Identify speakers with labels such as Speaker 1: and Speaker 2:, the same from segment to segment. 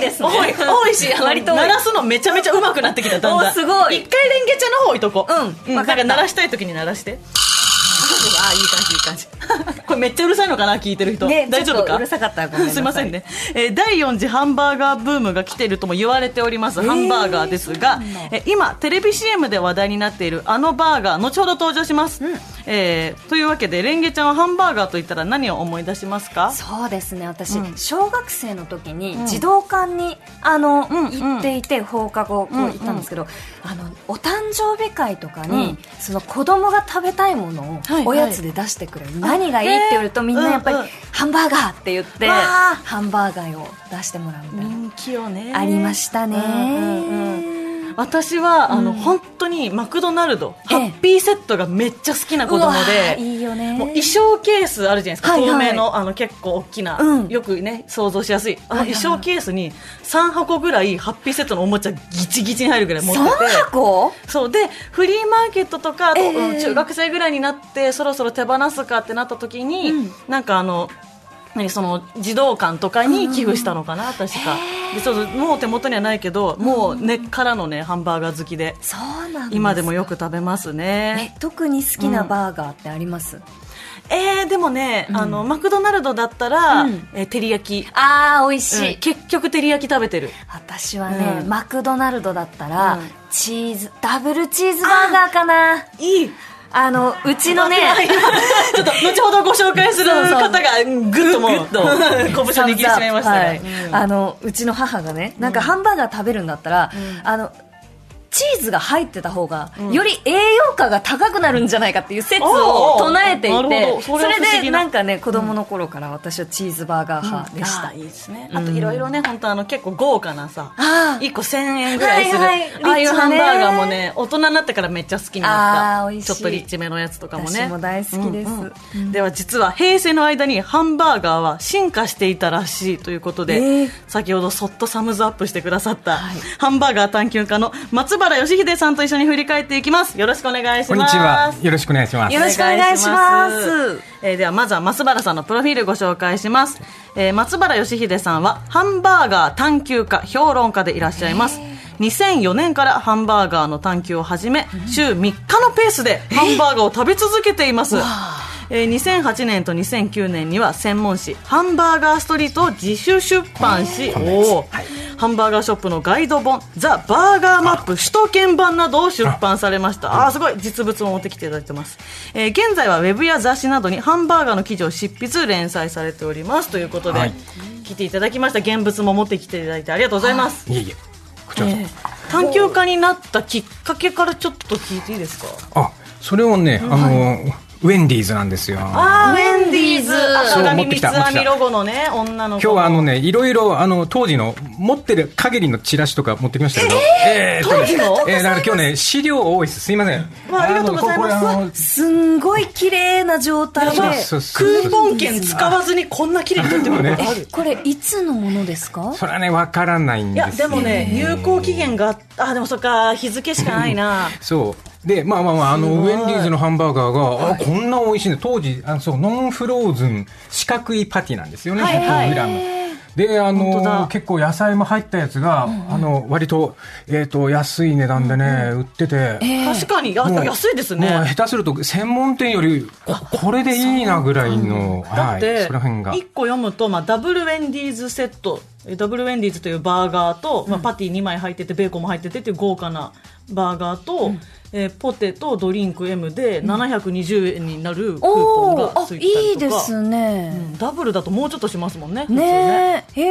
Speaker 1: ですね
Speaker 2: 多い多いし 割と
Speaker 1: 鳴らすのめちゃめちゃ上手くなってきただんだん
Speaker 2: おすごい
Speaker 1: 一回レンゲ茶の方置いとこう
Speaker 2: うん
Speaker 1: な
Speaker 2: わ
Speaker 1: んか
Speaker 2: かった
Speaker 1: 鳴らしたい時に鳴らして
Speaker 2: あいい感じいい感じ
Speaker 1: これめっちゃうるさいのかな聞いてる人、
Speaker 2: ね
Speaker 1: 大丈夫
Speaker 2: ちょっと
Speaker 1: か
Speaker 2: うるさかったらごめんなさ い
Speaker 1: すいませんね、えー第4次ハンバーガーブームが来ているとも言われております、ハンバーガーですが
Speaker 2: そうなんだ
Speaker 1: えー今テレビ CM で話題になっているあのバーガー後ほど登場します、えーというわけでレンゲちゃんはハンバーガーと言ったら何を思い出しますか
Speaker 2: そうですね私、
Speaker 1: うん
Speaker 2: 小学生の時に
Speaker 1: ん
Speaker 2: 児童館に、あの、
Speaker 1: ん
Speaker 2: 行っていて放課後こう
Speaker 1: うん
Speaker 2: 行ったんですけど、あのお誕生日会とかに、
Speaker 1: うん
Speaker 2: その子供が食べたいもの
Speaker 1: はい
Speaker 2: をおやつで出してくれる、何がいいって言うとみんなやっぱり、
Speaker 1: うんうん
Speaker 2: ハンバーガーって言って
Speaker 1: わあ
Speaker 2: ハンバーガーを出してもらうみたいな、
Speaker 1: 気をね
Speaker 2: ありましたね、
Speaker 1: うんうんうん私は、あの
Speaker 2: うん
Speaker 1: 本当にマクドナルド
Speaker 2: え
Speaker 1: ハ
Speaker 2: え
Speaker 1: ッピーセットがめっちゃ好きな子供
Speaker 2: うわ
Speaker 1: で
Speaker 2: ーいいよね
Speaker 1: もう衣装ケースあるじゃないですか、
Speaker 2: はいはい
Speaker 1: 透明のあの結構大きな、
Speaker 2: うん
Speaker 1: よくね想像しやすいあの
Speaker 2: はいはい
Speaker 1: 衣装ケースに3箱ぐらいハッピーセットのおもちゃギチギチに入るぐらい持ってて
Speaker 2: そんな箱
Speaker 1: そうでフリーマーケットとか、あと
Speaker 2: ええ
Speaker 1: うん中学生ぐらいになってそろそろ手放すかってなった時に、
Speaker 2: うん
Speaker 1: なんかあの何その児童館とかに寄付したのかな、確かでそうもう手元にはないけどもう根っからのねハンバーガー好きで
Speaker 2: そうなんです
Speaker 1: 今でもよく食べますね
Speaker 2: え特に好きなバーガーってあります、
Speaker 1: えー、でもね、
Speaker 2: うん
Speaker 1: あのマクドナルドだったら、
Speaker 2: うん
Speaker 1: えー照り焼き
Speaker 2: ああ美味しい、
Speaker 1: うん結局照り焼き食べてる
Speaker 2: 私はね、
Speaker 1: うん
Speaker 2: マクドナルドだったら、
Speaker 1: うん
Speaker 2: チーズダブルチーズバーガーかなあ
Speaker 1: いい
Speaker 2: のうちのね
Speaker 1: ちょっと後ほどご紹介する
Speaker 2: そうそう
Speaker 1: 方がうんぐっともう 拳握ってしまいましたが、
Speaker 2: はい
Speaker 1: うん
Speaker 2: あのうちの母がねなんかハンバーガー食べるんだったら、あのチーズが入ってた方が、
Speaker 1: ん
Speaker 2: より栄養価が高くなるんじゃないかっていう説
Speaker 1: おー
Speaker 2: を唱えてい
Speaker 1: なるほ
Speaker 2: て
Speaker 1: ど
Speaker 2: そ
Speaker 1: それは
Speaker 2: れ
Speaker 1: 不思議な
Speaker 2: でなんかね子供の頃から私はチーズバーガー派でした、
Speaker 1: あーいいですねあといろいろね本当あの結構豪華なさ
Speaker 2: あー
Speaker 1: 1個1000円ぐらいする、
Speaker 2: はいはいリッチね
Speaker 1: ああいうハンバーガーもね大人になってからめっちゃ好きにな
Speaker 2: あ
Speaker 1: っ
Speaker 2: ー
Speaker 1: た
Speaker 2: 美味しい
Speaker 1: ちょっとリッチめのやつとかもね
Speaker 2: 私も大好きですうん
Speaker 1: では実は平成の間にハンバーガーは進化していたらしいということで、
Speaker 2: えー
Speaker 1: 先ほどそっとサムズアップしてくださった、
Speaker 2: はい
Speaker 1: ハンバーガー探求家の松原義秀さんと一緒に振り返っていきますよろしくお願いします
Speaker 3: こんにちは。よろしくお願いします
Speaker 2: よ。ろしくお願いします
Speaker 1: お願いしますえーではまずは松原さんのプロフィールご紹介します、えー松原義秀さんはハンバーガー探求家評論家でいらっしゃいます2004年からハンバーガーの探求を始め週3日のペースでハンバーガーを食べ続けています、えー2008年と2009年には専門誌「ハンバーガーストリート」を自主出版し、おーハンバーガーショップのガイド本「ザ・バーガーマップ首都圏版」などを出版されましたあーすごい実物も持ってきていただいてます、えー現在はウェブや雑誌などにハンバーガーの記事を執筆連載されておりますということで、
Speaker 3: はい
Speaker 1: 来ていただきました現物も持ってきていただいてありがとうございます、
Speaker 3: いえいえ、こちらこそ
Speaker 1: えー探求家になったきっかけからちょっと聞いていいですか
Speaker 3: あ、それをね、あの、ウェンディーズなんですよ。今
Speaker 1: あ
Speaker 2: ー
Speaker 1: ーウェンディーズ
Speaker 3: そう
Speaker 1: 赤
Speaker 3: 持
Speaker 1: 身三つ
Speaker 3: ってきた
Speaker 1: 編みロゴのね女の子
Speaker 3: 日は あのね、いろいろ、あの、当時の、持ってる限りのチラシとか持ってきましたけど。えーと
Speaker 1: 当時の
Speaker 3: えーだから今日ね、資料多いです。すいません。
Speaker 1: わあありがとうございます
Speaker 3: あのこれあの
Speaker 2: すんごい綺麗な状態で
Speaker 3: そうそうそう
Speaker 1: クーポン券使わずにこんな綺麗に撮ってもらうことある
Speaker 2: えこれいつのものですか
Speaker 3: それはね、わからないん
Speaker 1: い
Speaker 3: です
Speaker 1: や
Speaker 3: よ。
Speaker 1: でもね有効期限があでもそっか日付しかないな
Speaker 3: そう。で、まあまあまあ、あの、ウェンディーズのハンバーガーが、あ、こんな美味しいね。当時、あそう、ノンフローズン、四角いパティなんですよね、
Speaker 1: はいはい
Speaker 3: 100g。で、あ
Speaker 1: 本当だ
Speaker 3: の、結構野菜も入ったやつが、あの、割と、えっと、安い値段でね、売ってて。
Speaker 1: 確かにあ
Speaker 3: もう
Speaker 1: 安いです
Speaker 3: もう
Speaker 1: ね
Speaker 3: 下手すると、専門店より、ここれでいいなぐらいの、
Speaker 1: だ
Speaker 3: は
Speaker 1: っ
Speaker 3: い、
Speaker 1: て
Speaker 3: その辺が。
Speaker 1: 1個読むと、まあ、ダブルウェンディーズセットえダブルウェンディーズというバーガーと、まあ、パティ2枚入っててベーコンも入っててっていう豪華なバーガーと、えーポテトドリンク M で720円になるクーポン
Speaker 2: おお
Speaker 1: が
Speaker 2: ー
Speaker 1: つ
Speaker 2: あ
Speaker 1: いてた
Speaker 2: い
Speaker 1: り
Speaker 2: い
Speaker 1: と
Speaker 2: で
Speaker 1: か、
Speaker 2: すね、
Speaker 1: うんダブルだともうちょっとしますもんね普通
Speaker 2: ねえへ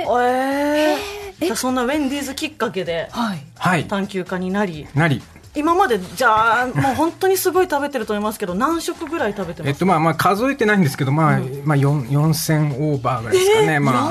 Speaker 2: え
Speaker 1: えー、じゃあそんなウェンディーズきっかけで
Speaker 2: はい
Speaker 3: はい。
Speaker 1: 探求家になり
Speaker 3: なり。
Speaker 1: 今までじゃあもう本当にすごい食べてると思いますけど何食ぐらい食べて
Speaker 3: え
Speaker 1: ま
Speaker 3: っ
Speaker 1: す
Speaker 3: と、まあまあ、数えてないんですけど、まあ、まあ、4 4000オーバーぐらいですかね。まあ。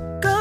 Speaker 4: Go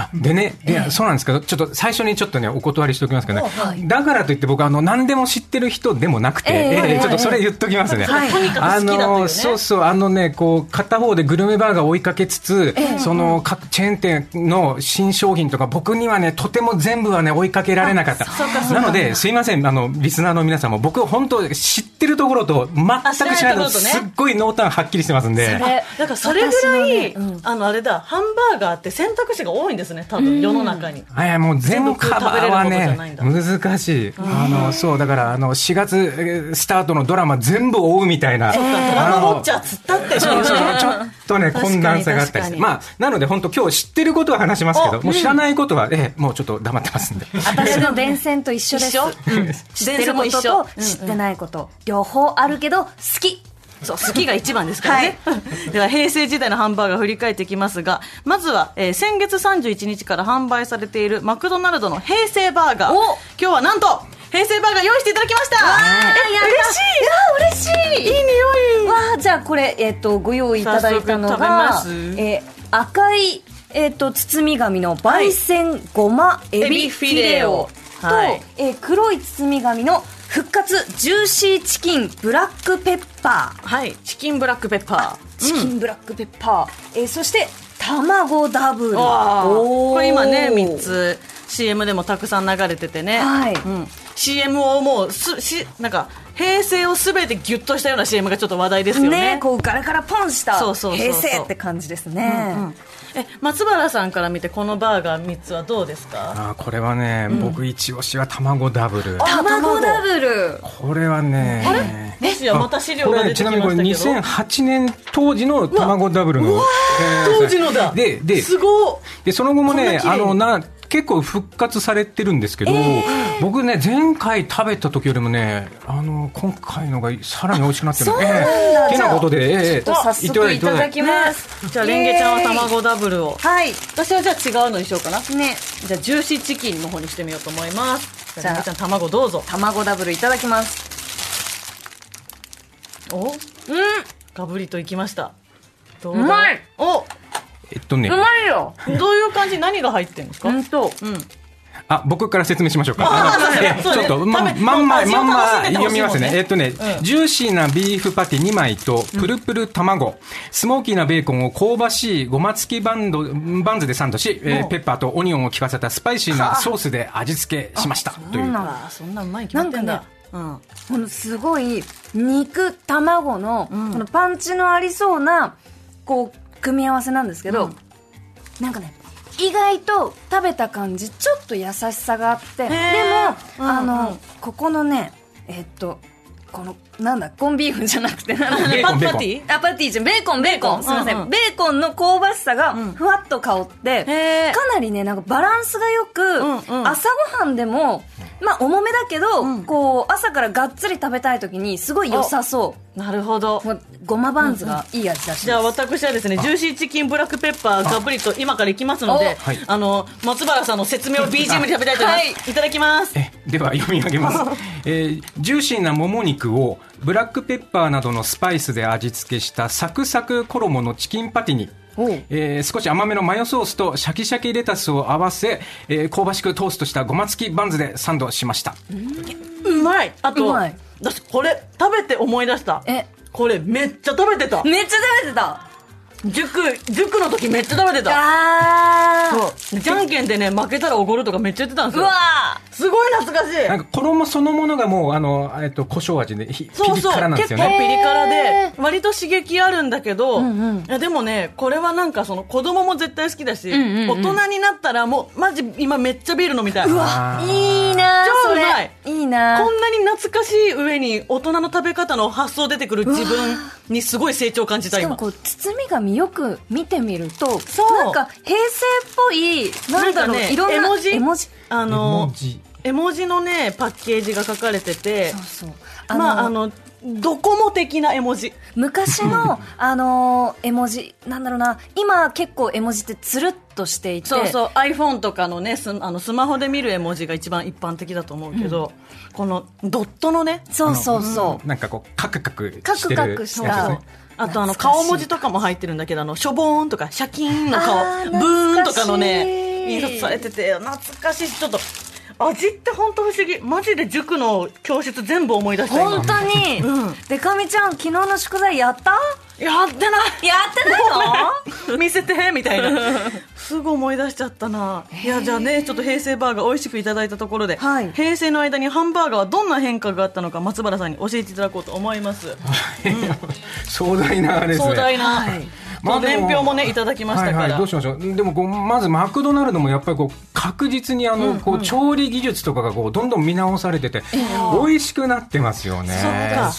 Speaker 3: あでね、いや、そうなんですけど、ちょっと最初にちょっとね、お断りしておきますけどね、だからといって僕、あの、何でも知ってる人でもなくて、
Speaker 2: ええ
Speaker 3: ええちょっとそれ言っときますね。
Speaker 1: とにか
Speaker 3: あ
Speaker 1: く好きだったよね
Speaker 3: の、そうそう、あのね、こう、片方でグルメバーガーを追いかけつつ、その、各チェーン店の新商品とか、僕にはね、とても全部はね、追いかけられなかった。なので、すいません、あの、リスナーの皆さんも、僕、本当知ってるところと、全く知らないの、
Speaker 1: あ知らないところとね
Speaker 3: すっごい濃淡はっきりしてますんで。
Speaker 1: だからそれぐらい、
Speaker 2: 私のねうん
Speaker 1: あのあれだハンバーガーって選択肢が多いんですね多分世の中に、
Speaker 3: いやもう全カバーは
Speaker 1: 全部食べれるものじゃない
Speaker 3: ね
Speaker 1: んだ
Speaker 3: 難しいあのそうだからあの4月えースタートのドラマ全部追うみたいな、
Speaker 1: ドラマウォッチャーつったって
Speaker 3: そうそうちょっとね
Speaker 1: 確かに
Speaker 3: 混乱さがあった
Speaker 1: 確
Speaker 3: りし
Speaker 1: か
Speaker 3: て
Speaker 1: に
Speaker 3: まあなので本当今日知ってることは話しますけど
Speaker 1: お
Speaker 3: もう知らないことは、ええもうちょっと黙ってますんで
Speaker 2: 私の伝染と一緒です
Speaker 1: 一緒、
Speaker 2: 知ってることと知ってないこと、両方あるけど好き
Speaker 1: そう好きが一番ですからね、 では平成時代のハンバーガーを振り返っていきますがまずは、えー先月31日から販売されているマクドナルドの平成バーガー
Speaker 2: お
Speaker 1: 今日はなんと平成バーガー用意していただきましたえ
Speaker 2: いや嬉しい
Speaker 1: 嬉しいいい匂い
Speaker 2: わあじゃあこれ、えっとご用意いただいたの
Speaker 1: 早
Speaker 2: が
Speaker 1: 速、食べます
Speaker 2: えー赤い、えっと包み紙の焙煎ごまエビフィレオと、
Speaker 1: はい
Speaker 2: えー黒い包み紙の復活ジューシーチキンブラックペッパー
Speaker 1: はいチキンブラックペッパー
Speaker 2: チキンブラックペッパー、えーそして卵ダブルおー
Speaker 1: これ今ね3つ CM でもたくさん流れててね、
Speaker 2: はい
Speaker 1: うん、CM をもうすしなんか平成をすべてギュッとしたような CM がちょっと話題ですよね
Speaker 2: ねこうガラガラポンした
Speaker 1: そうそうそうそう
Speaker 2: 平成って感じですね、
Speaker 1: え松原さんから見てこのバーガー3つはどうですか
Speaker 3: あーこれはね、僕一押しは卵ダブル
Speaker 2: 卵ダブル
Speaker 3: これはね
Speaker 1: もしやまた資料が出てきましたけど
Speaker 3: これねちなみにこれ2008年当時の卵ダブルのえー
Speaker 1: 当時のだ
Speaker 3: でです
Speaker 1: ごっ
Speaker 3: でその後も
Speaker 1: こんな
Speaker 3: ね
Speaker 1: 綺麗
Speaker 3: あ
Speaker 1: に
Speaker 3: のな結構復活されてるんですけど、僕ね前回食べた時よりもねあの今回のがさらに美味しくなってる
Speaker 2: そうなんだ
Speaker 3: ええてなことで、ええ
Speaker 2: ちょっと早速いただきます、
Speaker 1: じゃあレンゲちゃんは卵ダブルを
Speaker 2: はい
Speaker 1: 私はじゃあ違うのにしようかなじ
Speaker 2: ね
Speaker 1: ゃあジューシーチキンの方にしてみようと思いますじゃあレン
Speaker 2: じ
Speaker 1: ゲ
Speaker 2: ゃあ
Speaker 1: ちゃん卵どうぞ
Speaker 2: 卵ダブルいただきます
Speaker 1: おうんガブリといきましたどう
Speaker 2: うまい
Speaker 1: お
Speaker 3: えっとね
Speaker 2: いよ
Speaker 1: どういう感じ何が入ってるんですか
Speaker 2: 本当
Speaker 3: あ僕から説明しましょうかあの
Speaker 1: そう
Speaker 3: え
Speaker 1: ね
Speaker 3: えちょっ
Speaker 1: そう
Speaker 3: と
Speaker 1: ね
Speaker 3: ま
Speaker 1: 食べ
Speaker 3: まんま
Speaker 1: 味を
Speaker 3: まんま
Speaker 1: 楽しんでてほしいもんね
Speaker 3: 読みますねえっとね
Speaker 1: うん
Speaker 3: ジューシーなビーフパティ2枚とプルプル卵スモーキーなベーコンを香ばしいごま付きバンドバンズでサンドしえーペッパーとオニオンを効かせたスパイシーなソースで味付けしましたという
Speaker 1: あーそんなうまいに決まってんだうん
Speaker 2: このすごい肉卵の,、このパンチのありそうなこう組み合わせなんですけど、なんかね意外と食べた感じちょっと優しさがあってでも、あのここのねえっとこのなんだコンビーフじゃなくてなんだ
Speaker 3: ベーコンベーコン
Speaker 2: あパティじゃんベーコンベーコンすいません、
Speaker 1: うんうん
Speaker 2: ベーコンの香ばしさがふわっと香って、
Speaker 1: へー
Speaker 2: かなりねなんかバランスがよく、
Speaker 1: んうん
Speaker 2: 朝ごはんでもまあ重めだけど、こう朝からがっつり食べたい時にすごい良さそ
Speaker 1: なるほど
Speaker 2: うもうごまバンズがいい味出し
Speaker 1: じゃあ
Speaker 2: ます、
Speaker 1: 私はですねジューシーチキンブラックペッパーガブリと今からいきますので、
Speaker 2: お
Speaker 3: はい
Speaker 1: あの松原さんの説明を BGM で食べたいと思います、い、ただきます
Speaker 3: えでは読み上 げます、えージューシーなもも肉をブラックペッパーなどのスパイスで味付けしたサクサク衣のチキンパティにえー少し甘めのマヨソースとシャキシャキレタスを合わせ、えー香ばしくトーストしたごま付きバンズでサンドしました
Speaker 1: うまいあと
Speaker 2: うまい
Speaker 1: 私これ食べて思い出した
Speaker 2: え
Speaker 1: これめっちゃ食べてた
Speaker 2: めっちゃ食べてた
Speaker 1: 塾塾の時めっちゃ食べてた
Speaker 2: あー
Speaker 1: そうじゃんけんでね負けたらおごるとかめっちゃ言ってたんです
Speaker 2: う
Speaker 1: よ
Speaker 2: わ
Speaker 1: すごい懐かしい
Speaker 3: なんか衣そのものがもうあの、えっと胡椒味でひピ
Speaker 1: そう
Speaker 3: リ
Speaker 1: そう
Speaker 3: 辛なんです
Speaker 1: 結
Speaker 3: よ
Speaker 1: 構
Speaker 3: ね
Speaker 1: ピリ辛で割と刺激あるんだけど、いやでもねこれはなんかその子供も絶対好きだし、大人になったらもうマジ今めっちゃビール飲みたい
Speaker 3: あー
Speaker 2: いいなー
Speaker 1: 超
Speaker 2: そうれ
Speaker 1: まい
Speaker 2: いいなー
Speaker 1: こんなに懐かしい上に大人の食べ方の発想出てくる自分にすごい成長感じた
Speaker 2: しか
Speaker 1: 今
Speaker 2: もこう包み紙よく見てみると
Speaker 1: そう
Speaker 2: なんか平成っぽいなんだろ
Speaker 1: な
Speaker 2: う
Speaker 1: んかね
Speaker 2: いろんな
Speaker 1: 絵文字
Speaker 2: 絵文字
Speaker 1: あ
Speaker 3: 絵文
Speaker 1: の
Speaker 3: 字
Speaker 1: 絵文字のねパッケージが書かれてて
Speaker 2: そうそう
Speaker 1: まああのドコモ的な絵文字
Speaker 2: 昔の、あのー絵文字、なんだろうな、今結構絵文字ってつるっとしていて、
Speaker 1: そうそう iPhone とかのねすあのスマホで見る絵文字が一番一般的だと思うけど、このドットのね
Speaker 2: そうそうそう
Speaker 3: なんかこうカクカク
Speaker 2: カ
Speaker 3: して
Speaker 2: ク
Speaker 3: る
Speaker 2: カクし
Speaker 1: そ
Speaker 2: た
Speaker 1: うあとあの
Speaker 2: 懐かしい
Speaker 1: 顔文字とかも入ってるんだけどあのしょぼーんとかシャキーンの顔
Speaker 2: あー
Speaker 1: ブーンとかの
Speaker 2: 懐か
Speaker 1: ね
Speaker 2: しい
Speaker 1: 印刷されてて懐かしいちょっと味って本当不思議マジで塾の教室全部思い出した今
Speaker 2: 本当に、
Speaker 1: うん
Speaker 2: でかみちゃん昨日の宿題やった
Speaker 1: やってない
Speaker 2: やってな い
Speaker 1: 見せてみたいな すぐ思い出しちゃったないやじゃあねちょっと平成バーガー美味しくいただいたところで、
Speaker 2: はい
Speaker 1: 平成の間にハンバーガーはどんな変化があったのか松原さんに教えていただこうと思います
Speaker 3: 壮大なあれですね
Speaker 1: 壮大な、
Speaker 3: まあ
Speaker 1: この年
Speaker 3: で
Speaker 1: 表もねいただきましたから、
Speaker 3: はいはい、どうしましょうでもこうまずマクドナルドもやっぱりこう確実にあの、こう調理技術とかがこうどんどん見直されてて、美味しくなってますよね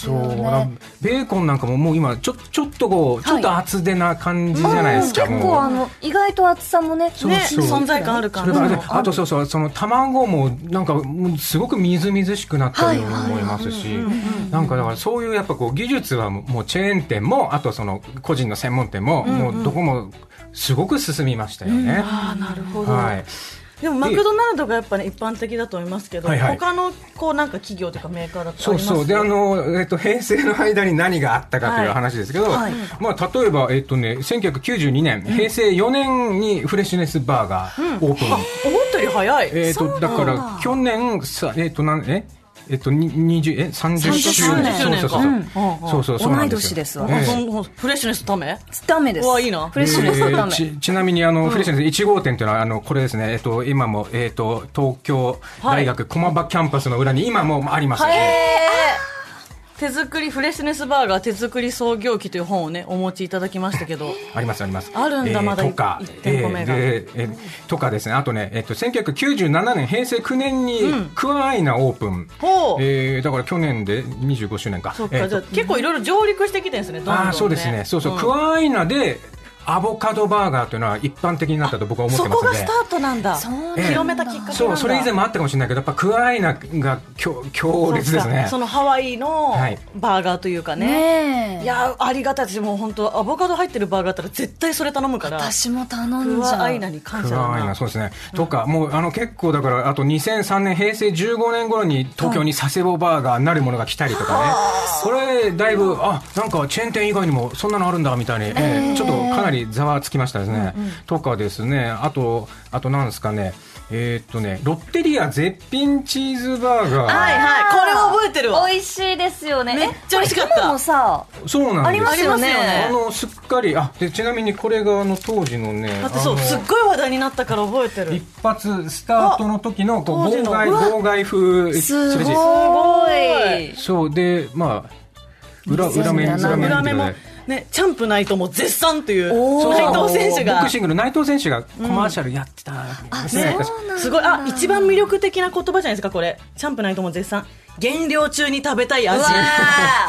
Speaker 2: そうか
Speaker 3: そうだベーコンなんかももう今ちょちょっとこうちょっと厚手な感じじゃないですか、
Speaker 2: 結
Speaker 3: もう
Speaker 2: 構あの意外と厚さもね
Speaker 3: う
Speaker 1: ね
Speaker 3: そう
Speaker 1: 存在感ある
Speaker 3: そ
Speaker 1: 感
Speaker 3: れ
Speaker 1: じ
Speaker 3: から
Speaker 1: の
Speaker 3: ねあとそうそうその卵もなんかもうすごくみずみずしくなったように思いますしなんかだからそういうやっぱこう技術はもうもうチェーン店もあとその個人の専門店ももうどこもすごく進みましたよね。
Speaker 1: あなるほど、
Speaker 3: はい、
Speaker 1: でもマクドナルドがやっぱね一般的だと思いますけど、
Speaker 3: はいはい
Speaker 1: 他のこうなんか企業とかメーカーだと
Speaker 3: そ
Speaker 1: あ
Speaker 3: う
Speaker 1: ります
Speaker 3: そうであの、えっと、平成の間に何があったかと
Speaker 1: は
Speaker 3: いう
Speaker 1: い
Speaker 3: 話ですけど、
Speaker 2: はい
Speaker 3: まあ、例えば、えっとね、1992年、平成4年にフレッシュネスバーガーオープン、
Speaker 1: 思ったより早い、
Speaker 3: えー、
Speaker 2: そ
Speaker 3: と
Speaker 2: うな
Speaker 3: だ
Speaker 2: んだ
Speaker 3: から去年さえっ、となんええっとに20え30
Speaker 2: 30
Speaker 3: 周年
Speaker 1: 周年
Speaker 3: そ
Speaker 1: か
Speaker 3: うそうそ
Speaker 1: うん
Speaker 3: う、そうそうそうなんよ
Speaker 2: 同い年ですわ
Speaker 1: あ
Speaker 3: ええ
Speaker 1: そんフレッシュネスのため
Speaker 2: ダメです
Speaker 1: うわいいな
Speaker 2: フレッシュネスのた
Speaker 3: えー
Speaker 2: め、
Speaker 3: ちちなみにあの、フレッシュネス1号店というのはあのこれですね、えっと、今も、えっと、東京大学駒場キャンパスの裏に今もあります、
Speaker 1: 手作りフレッシュネスバーガー手作り創業記という本をねお持ちいただきましたけど
Speaker 3: ありますあります。
Speaker 1: あるんだまだ
Speaker 3: とか、
Speaker 1: 一点五名が
Speaker 3: えーでえーとかですね。あとね、えっと1997年平成9年にクアアイナオープン。
Speaker 1: ほう
Speaker 3: えーだから去年で25周年か。
Speaker 1: そっか、
Speaker 3: えーと
Speaker 1: じゃあ結構いろいろ上陸してきてるんですねどんどんね
Speaker 3: ああーそうですね。そうそう、
Speaker 1: ん
Speaker 3: クアアイナでアボカドバーガーというのは一般的になったと僕は思って
Speaker 1: そ
Speaker 3: ます
Speaker 1: こ
Speaker 3: の
Speaker 1: が
Speaker 3: で。
Speaker 1: スタートなんだ
Speaker 3: ええ
Speaker 1: 広めたきっかけなんだ
Speaker 3: そうそれ以前もあったかもしれないけどやっぱクアアイナが強強烈です
Speaker 1: そっ
Speaker 3: ね
Speaker 1: かそのハワイの
Speaker 3: はい
Speaker 1: バーガーというかね、
Speaker 2: ねえ
Speaker 1: いやありがたい私もう本当アボカド入ってるバーガーだったら絶対それ頼むから
Speaker 2: 私も頼ん
Speaker 1: ク
Speaker 2: じゃう
Speaker 1: アアイナに感謝
Speaker 3: ク
Speaker 1: だ
Speaker 3: アアイ
Speaker 1: な
Speaker 3: ナそうですね、とかもうあの結構だからあと2003年平成15年頃に東京に佐世保バーガーなるものが来たりとかねこれだいぶあなんかチェーン店以外にもそんなのあるんだみたいに、ええちょっとかなりざわつきましたですね、とかですねあとあとなんですかねえーっとねロッテリア絶品チーズバーガー、
Speaker 1: はいはいこれ覚えてるわ
Speaker 2: 美味しいですよね
Speaker 1: めっちゃ美味しかった
Speaker 2: えこれ今もさ
Speaker 3: そうなんです
Speaker 2: ありますよね
Speaker 1: ありますよね
Speaker 3: あのすっかりあでちなみにこれがあの当時のね
Speaker 1: だってそう
Speaker 3: あの
Speaker 1: すっごい話題になったから覚えてる
Speaker 3: 一発スタートの時のこう
Speaker 1: あ当時
Speaker 3: 妨
Speaker 1: の
Speaker 3: 害
Speaker 1: うわ
Speaker 3: 妨害風
Speaker 2: すごい
Speaker 3: 印
Speaker 1: い
Speaker 3: そうでまあ裏裏面
Speaker 2: 2007
Speaker 3: 面
Speaker 1: 裏目も
Speaker 3: で
Speaker 1: ねチャンプないとも絶賛という
Speaker 2: おー
Speaker 1: 内藤選手
Speaker 3: ボ
Speaker 1: が
Speaker 3: クシングの内藤選手がコマーシャルやってた、ですね
Speaker 2: そうなんだ
Speaker 1: すごいあ一番魅力的な言葉じゃないですかこれチャンプないとも絶賛減量中に食べたい味
Speaker 2: うわ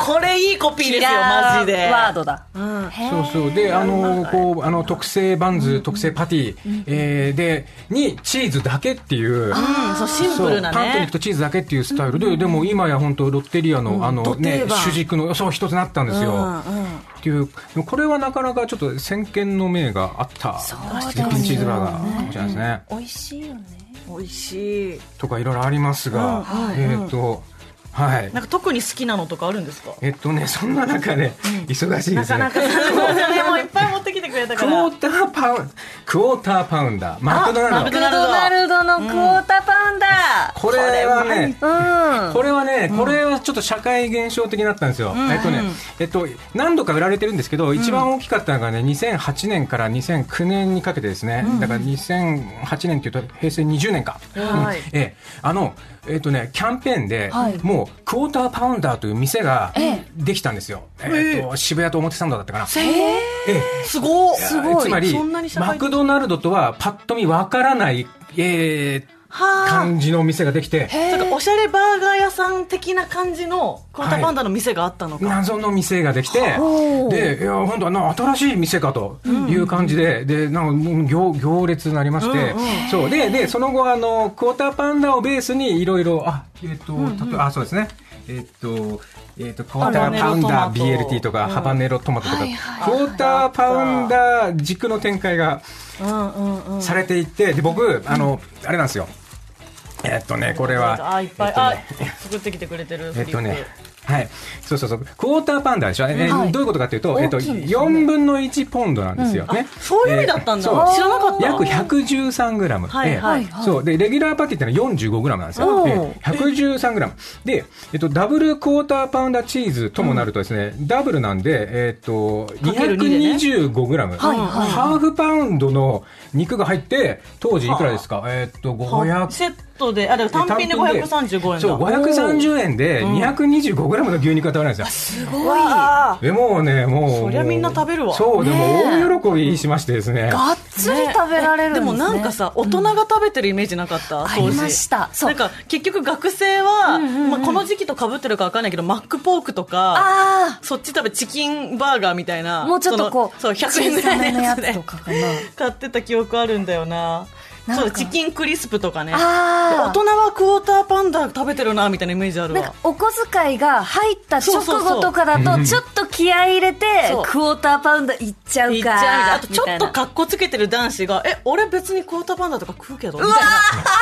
Speaker 2: ー
Speaker 1: これいいコピーですよ
Speaker 2: キラー
Speaker 1: マジで
Speaker 2: ワードだ
Speaker 1: うん
Speaker 3: そうそうであのこうあの特製バンズ、特製パティ、えーでにチーズだけっていう、
Speaker 1: うん、そうシンプルな
Speaker 3: そうパンと
Speaker 1: ね
Speaker 3: 肉とチーズだけっていうスタイルで、でも今や本当ロッテリアの、あのね主軸のそう一つになったんですよ、っていうでもこれはなかなかちょっと先見の明があった絶品チーズバーガーかもしれないですね、
Speaker 2: 美味しいよね
Speaker 1: 美味しい
Speaker 3: とかいろいろありますが、えっ、とはい
Speaker 1: なんか特に好きなのとかあるんですか
Speaker 3: えっとねそんな中で忙しいですね、
Speaker 1: でもいっぱい持ってきてくれた
Speaker 3: ク
Speaker 1: か
Speaker 3: ォ
Speaker 1: ら
Speaker 3: ーターパウンクォーターパウンダーマクドナ
Speaker 1: マ
Speaker 3: ル
Speaker 1: ク
Speaker 3: ド
Speaker 1: ド
Speaker 2: マク
Speaker 1: ナルド
Speaker 2: ドナルドのクォーターパウンダ
Speaker 3: これはね
Speaker 2: ーうん
Speaker 3: これはね、これはちょっと社会現象的になったんですよ、えっとねえっと、何度か売られてるんですけど、一番大きかったのがね、2008年から2009年にかけてですね、だから2008年というと、平成20年か、
Speaker 1: はい
Speaker 3: うんええあの、えっとね、キャンペーンで、
Speaker 2: はい
Speaker 3: もうクォーターパウンダーという店が
Speaker 2: え
Speaker 3: できたんですよ、えっと渋谷と表参道だったかな。ええ
Speaker 1: すごい
Speaker 3: えーつまり
Speaker 1: そんなに社
Speaker 3: マ
Speaker 1: 会
Speaker 3: クドナルドとはパッと見わからない、えー
Speaker 1: はあ
Speaker 3: 感じのお店ができて
Speaker 1: なんかおしゃれバーガー屋さん的な感じのコーターパンダの店があったのか、
Speaker 3: 謎の店ができてでいや本当はな新しい店かという感じで,、でなんかもう行行列になりまして、そうででその後あのクォーターパンダをベースにいろいろあえっ、と、例えばあそうですねえっ、とええー、とクォーターパウンダー BLT とか、ハバネロトマトとか、クォーターパウンダー軸の展開がされていてで僕あの、あれなんですよえっとねこれは
Speaker 1: あいっぱい、あ作ってきてくれてる
Speaker 3: えっとねはい、そうそうそう、クォーターパウンダーでしょ、えどういうことかというと、えっと、4分の1ポンドなんですよね。
Speaker 1: そういう意味だったんだ、知らなかった
Speaker 3: 約113グラム。
Speaker 1: はいはい
Speaker 3: そう、で、レギュラーパティってのは45グラムなんですよ。え113グラム。で、えっと、ダブルクォーターパウンダーチーズともなるとですね、ダブルなんで、えっと、225グラム。ハーフパウンドの肉が入って、当時いくらですかえっと、
Speaker 1: セ
Speaker 3: 500。
Speaker 1: ットで、あ、でも単品で535円だ。
Speaker 3: そう、530円で225グラムの牛肉が食べられるんですよ。
Speaker 1: わ
Speaker 3: でもうね、もう。
Speaker 1: そりゃみんな食べるわ
Speaker 3: そう、でも大喜びしましてですね。
Speaker 2: がっつり食べられるん
Speaker 1: で
Speaker 2: です、ね
Speaker 1: もなんかさ大人が食べてるイメージなかった、当時
Speaker 2: ありましたそう
Speaker 1: なんか結局学生は、まあ、この時期とかぶってるか分かんないけどマックポークとか
Speaker 2: あ
Speaker 1: そっち食べチキンバーガーみたいな
Speaker 2: あもうちょっとこう
Speaker 1: そのそう100円ぐらいのやつ
Speaker 2: 小さめの
Speaker 1: で
Speaker 2: やつとかかな
Speaker 1: 買ってた記憶あるんだよな
Speaker 2: なんか
Speaker 1: そうチキンクリスプとかね大
Speaker 2: あ
Speaker 1: 人はクォーターパンダ食べてるなみたいなイメージある
Speaker 2: ーなん
Speaker 1: わ
Speaker 2: かお小遣いが入った直後とかだとちょっと気合い入れて
Speaker 1: そう
Speaker 2: クォーターパウンドいっちゃう
Speaker 1: いっち
Speaker 2: か
Speaker 1: ゃうみたいなあとちょ
Speaker 2: みた
Speaker 1: っ
Speaker 2: い
Speaker 1: と
Speaker 2: な
Speaker 1: かっこつけてる男子がえ俺別にクォーターパンダとか食うけどみたい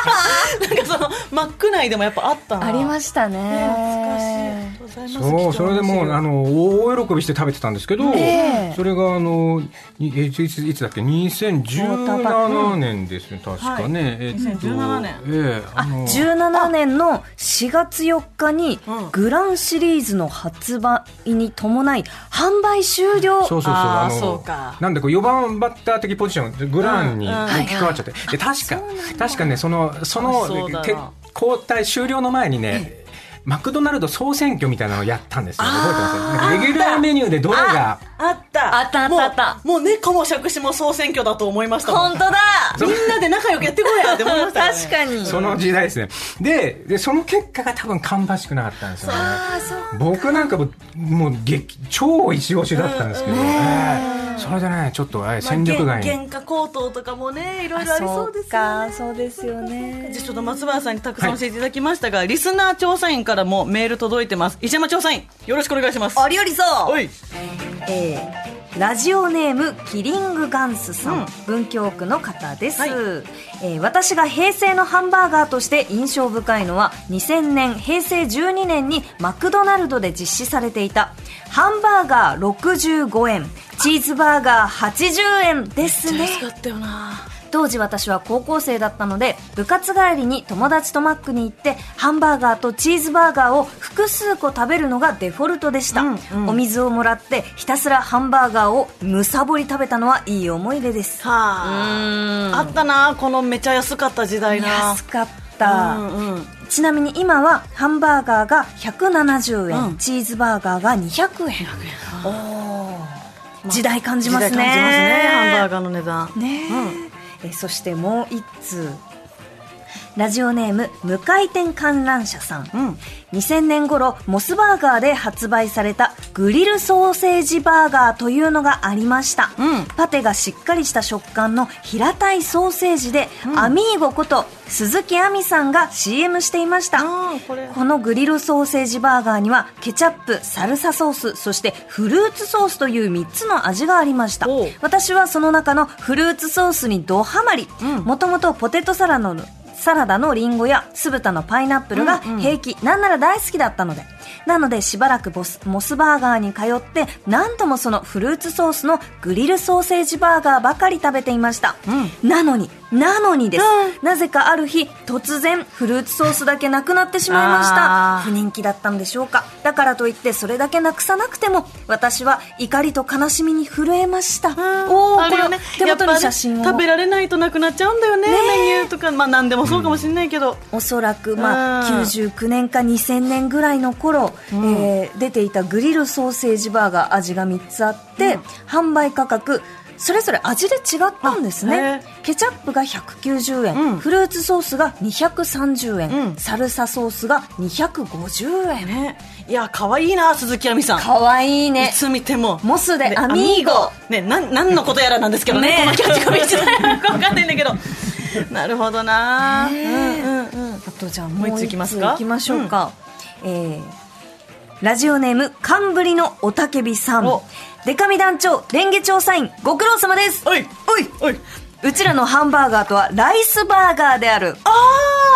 Speaker 1: ななんかそのマック内でもやっぱあったな
Speaker 2: ありましたね
Speaker 1: 懐かしい。
Speaker 3: そう、それでもう、あの、大喜びして食べてたんですけど、
Speaker 2: ええ
Speaker 3: それが、あの、にえいついついつだっけ、2017年ですね、確かね。えっと
Speaker 1: 2017年
Speaker 3: ええあの
Speaker 2: 17年の4月4日にグランシリーズの発売に伴い販売終了
Speaker 3: そうそうそう、
Speaker 1: あー
Speaker 3: あの
Speaker 1: そうか
Speaker 3: なんでこう4番バッター的ポジション、グランに
Speaker 1: うんうん
Speaker 3: 置き換わっちゃって、で確か、確かね、その、
Speaker 1: あ
Speaker 3: そ
Speaker 1: そ
Speaker 3: の
Speaker 1: うだな
Speaker 3: け交代終了の前にね、マクドナルド総選挙みたいなのをやったんですよ、覚えてますなんかレギュラーメニューでどれが、
Speaker 1: あった
Speaker 2: あったあったあった
Speaker 1: もうもう猫も杓子も総選挙だと思いましたもん
Speaker 2: 本当だ
Speaker 1: みんなで仲良くやってこいやって思いました、ね、
Speaker 2: 確かに
Speaker 3: その時代ですね、でで、その結果が多分芳しくなかったんですよね。僕なんかももう激超一押しだったんですけど、ええそれでねちょっと、ええ戦力外に、
Speaker 1: 原価高騰とかもねいろいろありそうですよね
Speaker 2: かそうですよね
Speaker 1: じゃあちょっと松原さんにたくさん教えていただきましたが、リスナー調査員からもメール届いてます石山調査員よろしくお願いします
Speaker 2: ありよりそう
Speaker 1: おい
Speaker 2: えーラジオネームキリングガンスさん、
Speaker 1: うん
Speaker 2: 文京区の方です、
Speaker 1: はい
Speaker 2: えー私が平成のハンバーガーとして印象深いのは2000年平成12年にマクドナルドで実施されていたハンバーガー65円チーズバーガー80円ですね
Speaker 1: かったよな
Speaker 2: 当時私は高校生だったので部活帰りに友達とマックに行ってハンバーガーとチーズバーガーを複数個食べるのがデフォルトでした、
Speaker 1: うんうん
Speaker 2: お水をもらってひたすらハンバーガーをむさぼり食べたのはいい思い出です
Speaker 1: はああったなこのめちゃ安かった時代な
Speaker 2: 安かった、
Speaker 1: うんうん
Speaker 2: ちなみに今はハンバーガーが170円、
Speaker 1: うん
Speaker 2: チーズバーガーが200円おー時代感じますね
Speaker 1: 時代感じますねハンバーガーの値段
Speaker 2: ねええそしてもう一通ラジオネーム無回転観覧車さん、
Speaker 1: ん
Speaker 2: 2000年頃モスバーガーで発売されたグリルソーセージバーガーというのがありました、
Speaker 1: うん
Speaker 2: パテがしっかりした食感の平たいソーセージで、アミーゴこと鈴木亜美さんが CM していました、
Speaker 1: うんこれ
Speaker 2: このグリルソーセージバーガーにはケチャップ、サルサソース、そしてフルーツソースという3つの味がありました
Speaker 1: おう。
Speaker 2: 私はその中のフルーツソースにドハマり、もともとポテトサラのサラダのリンゴや酢豚のパイナップルが平気、なんなら大好きだったので。なのでしばらくボスモスバーガーに通って何度もそのフルーツソースのグリルソーセージバーガーばかり食べていました。なのに、なのにです。なぜかある日突然フルーツソースだけなくなってしまいました。
Speaker 1: あー
Speaker 2: 不人気だったんでしょうかだからといってそれだけなくさなくても私は怒りと悲しみに震えました、おおこ
Speaker 1: ある
Speaker 2: れ
Speaker 1: よ
Speaker 2: は
Speaker 1: ね
Speaker 2: 手元に写真
Speaker 1: や
Speaker 2: を
Speaker 1: っぱね食べられないとなくなっちゃうんだよねメニューとかまあ何でもそうかもしれないけど、
Speaker 2: おそらく、まあ、
Speaker 1: うん
Speaker 2: 99年か2000年ぐらいの頃、えー出ていたグリルソーセージバーガー味が3つあって、販売価格それぞれ味で違ったんです
Speaker 1: あへ
Speaker 2: ね
Speaker 1: ー
Speaker 2: ケチャップが190円、
Speaker 1: うん
Speaker 2: フルーツソースが230円、
Speaker 1: うん
Speaker 2: サルサソースが250円
Speaker 1: ねいや可愛いな鈴木亜美さん
Speaker 2: かわいい
Speaker 1: い
Speaker 2: ね
Speaker 1: つ見ても
Speaker 2: モスでアミーゴ
Speaker 1: ねなん何のことやらなんですけどね
Speaker 2: ね
Speaker 1: このキャッチコピー自体 はよく分かんないんだけどなるほどな、うんうんうん
Speaker 2: あとじゃあ
Speaker 1: も
Speaker 2: も
Speaker 1: う一つ
Speaker 2: う一つ
Speaker 1: い
Speaker 2: い
Speaker 1: き
Speaker 2: き
Speaker 1: ま
Speaker 2: ますす
Speaker 1: か
Speaker 2: か行きましょうか、えーラジオネーム、カンブリのおたけびさん
Speaker 1: お。
Speaker 2: デカミ団長、レンゲ調査員、ご苦労様です。
Speaker 1: おいおいおいう
Speaker 2: ちらのハンバーガーとはライスバーガーである。
Speaker 1: あ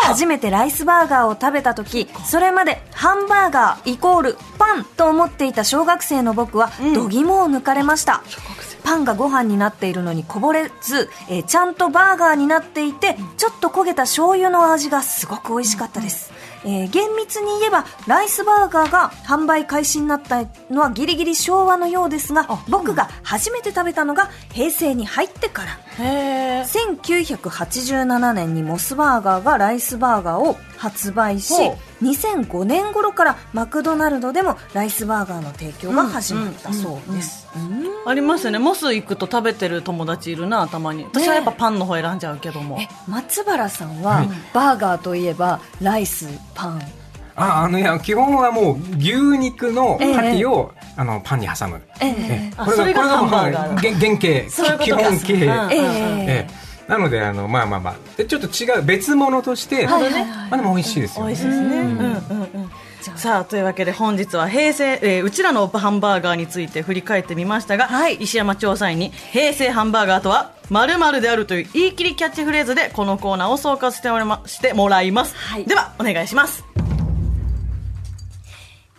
Speaker 2: 初めてライスバーガーを食べた時それまでハンバーガーイコールパンと思っていた小学生の僕は
Speaker 1: ん
Speaker 2: 度肝を抜かれました、
Speaker 1: 学生
Speaker 2: パンがご飯になっているのにこぼれず、えーちゃんとバーガーになっていてちょっと焦げた醤油の味がすごく美味しかったです、えー厳密に言えばライスバーガーが販売開始になったのはギリギリ昭和のようですが僕が初めて食べたのが平成に入ってから
Speaker 1: ーへー
Speaker 2: 1987年にモスバーガーがライスバーガーを発売し
Speaker 1: ほ
Speaker 2: 2005年頃からマクドナルドでもライスバーガーの提供が始まったそうです
Speaker 1: ありますよねモス行くと食べてる友達いるなたまに私はやっぱパンの方選んじゃうけども、
Speaker 2: え松原さんはバーガーといえばライスパン
Speaker 3: ああのいや基本はもう牛肉のパティを、あのパンに挟む、
Speaker 2: え
Speaker 3: え
Speaker 2: え
Speaker 1: あ
Speaker 3: これ
Speaker 1: そ
Speaker 3: が
Speaker 1: れが
Speaker 3: これがもう
Speaker 1: ハンバーガーだ
Speaker 3: 原原型
Speaker 1: そういうこと
Speaker 3: 基
Speaker 1: か
Speaker 3: 本形、
Speaker 1: うん
Speaker 2: ええ
Speaker 3: ええなのであのまあまあまあでちょっと違う別物として、
Speaker 2: はいはい
Speaker 3: まあ、でも美味しいですよ
Speaker 1: 美
Speaker 3: ね
Speaker 1: 味しいですね。うんうんうん。さあというわけで本日は平成、えーうちらのハンバーガーについて振り返ってみましたが、
Speaker 2: はい
Speaker 1: 石山調査員に平成ハンバーガーとはまるまるであるという言い切りキャッチフレーズでこのコーナーを総括しておりましてもらいます、
Speaker 2: はい
Speaker 1: ではお願いします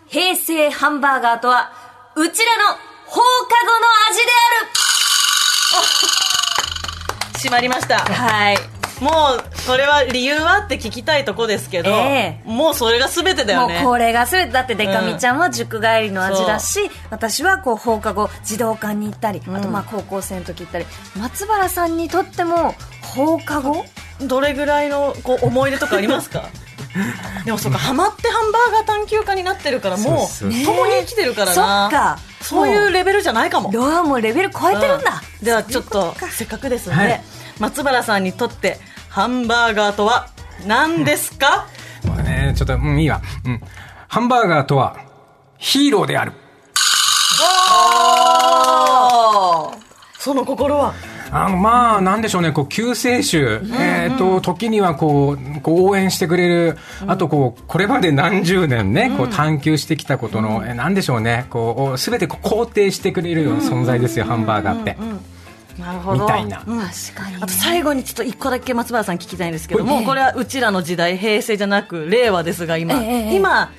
Speaker 2: 平成ハンバーガーとはうちらの放課後の味で
Speaker 1: 閉まりました
Speaker 2: あるはい
Speaker 1: もうこれは理由はって聞きたいとこですけど、
Speaker 2: え
Speaker 1: もうそれが全てだよね
Speaker 2: もうこれが全てだってデカミちゃんは塾帰りの味だし、私はこう放課後児童館に行ったり、あとまあ高校生の時行ったり松原さんにとっても放課後
Speaker 1: どれぐらいのこう思い出とかあります かでもそうかハマってハンバーガー探求家になってるからもう
Speaker 3: そうそう
Speaker 1: 共に
Speaker 2: ね
Speaker 1: 生きてるから
Speaker 2: そっ
Speaker 1: な、
Speaker 2: か
Speaker 1: そういうレベルじゃないかも
Speaker 2: ロアもレベル超えてるんだ、
Speaker 1: うんではちょっとせっかくですので、
Speaker 3: はい
Speaker 1: 松原さんにとってハンバーガーとは何ですか、
Speaker 3: まあねちょっとうんいいわ、うん、ハンバーガーとはヒーローである
Speaker 1: その心 は
Speaker 3: あのまあなんでしょうねこう救世主、えー、と時にはこうこう応援してくれる、あとこうこれまで何十年ねこう探求してきたことの、えーなんでしょうねこうすべてこう肯定してくれるような存在ですよ、ハンバーガーって、
Speaker 1: なるほど
Speaker 3: みたいな
Speaker 1: うん
Speaker 2: 確かに
Speaker 1: あと最後にちょっと一個だけ松原さん聞きたいんですけど
Speaker 3: は
Speaker 1: も
Speaker 3: いう
Speaker 1: これはうちらの時代平成じゃなく令和ですが今、
Speaker 2: ええええ
Speaker 1: 今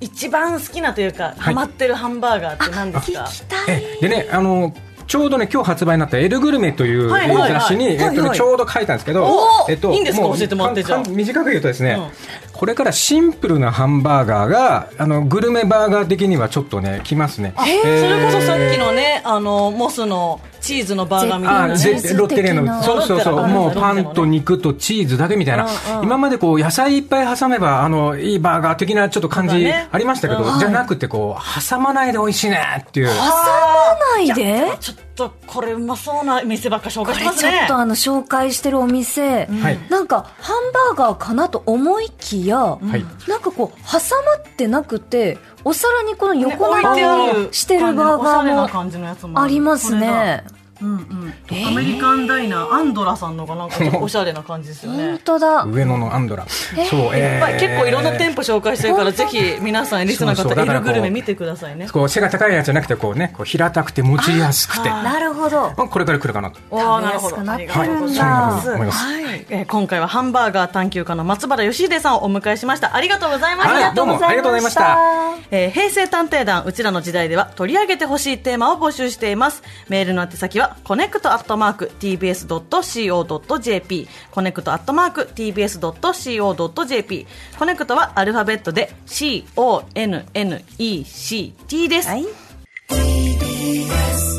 Speaker 1: 一番好きなというか、ハマってるハンバーガーって何ですか
Speaker 3: えでねあのちょうどね今日発売になった「エルグルメ」という
Speaker 1: はいはいはい
Speaker 3: 雑誌にえっとね
Speaker 1: はいはい
Speaker 3: ちょうど書いたんですけど
Speaker 1: おー
Speaker 3: えっと
Speaker 1: いいんですか
Speaker 3: う
Speaker 1: 教えてもらってじゃあ
Speaker 3: かん短く言うとですね
Speaker 1: うん
Speaker 3: これからシンプルなハンバーガーがあのグルメバーガー的にはちょっとねきますね
Speaker 1: あそ
Speaker 3: えー
Speaker 1: れこそさっきのねあのモスのチーズのバーガーみたい
Speaker 3: あ
Speaker 1: な
Speaker 3: ぜ
Speaker 1: ね
Speaker 3: ロッテリアのそうそうそ
Speaker 1: ロッテリアの
Speaker 3: うも
Speaker 1: ロッテ
Speaker 3: う
Speaker 1: リア
Speaker 3: パ
Speaker 1: のね
Speaker 3: ンと肉とチーズだけみたいな
Speaker 1: うんうん
Speaker 3: 今までこう野菜いっぱい挟めばあのいいバーガー的なちょっと感
Speaker 1: そう
Speaker 3: じ
Speaker 1: だね
Speaker 3: ありましたけどじゃなくてこう挟まないで美味しいねっていう
Speaker 2: ないで
Speaker 1: ちょっとこれうまそうな店ばっか紹介
Speaker 2: こ
Speaker 1: し
Speaker 2: れ
Speaker 1: ます
Speaker 2: ちょ
Speaker 1: ね
Speaker 2: っとあの紹介してるお店、
Speaker 3: はい
Speaker 2: なんかハンバーガーかなと思いきや、
Speaker 3: い
Speaker 2: なんかこう挟まってなくてお皿にこの横
Speaker 1: ね
Speaker 2: 並びにしてるバーガ
Speaker 1: おしゃれな
Speaker 2: ーも
Speaker 1: 感じのやつも
Speaker 2: あります
Speaker 1: これが
Speaker 2: ね
Speaker 1: うんうんアメリカンダイナーアンドラさんのがなんかちょっとおしゃれな感じですよね
Speaker 2: 本当だ
Speaker 3: 上野のアンドラそう
Speaker 1: いっぱい
Speaker 3: えー
Speaker 1: 結構いろんな店舗紹介してるから、
Speaker 2: 本当
Speaker 1: ぜ
Speaker 2: だ
Speaker 1: ひ皆さん、リスナーの
Speaker 3: そうそう
Speaker 1: 方、
Speaker 3: だ
Speaker 1: エ
Speaker 3: から
Speaker 1: ル
Speaker 3: こう
Speaker 1: グルメ見てくださいね。
Speaker 3: こう背が高いやつじゃなくてこうねこう平たくて持ちやすくて
Speaker 1: あ
Speaker 2: なるほど
Speaker 3: まあこれから来るかなと
Speaker 1: お
Speaker 2: ー
Speaker 1: ー
Speaker 2: なるほど
Speaker 1: あ
Speaker 2: 食べ
Speaker 1: りが
Speaker 2: やすく
Speaker 1: と
Speaker 2: なって
Speaker 1: う
Speaker 2: る
Speaker 1: ご
Speaker 2: ん
Speaker 1: ざい
Speaker 2: だ
Speaker 1: ます。
Speaker 3: そうなんだ
Speaker 1: はい、えー今回はハンバーガー探求家の松原義秀さんをお迎えしました。ありがとうございました。
Speaker 3: はいどうもありがとうございました
Speaker 1: えー平成探偵団うちらの時代では取り上げてほしいテーマを募集していますメールの宛先はコネクトアットマーク TBS.CO.JP コネクトアットマーク TBS.CO.JP コネクトはアルファベットで CONNECT です、
Speaker 2: はい
Speaker 5: TBS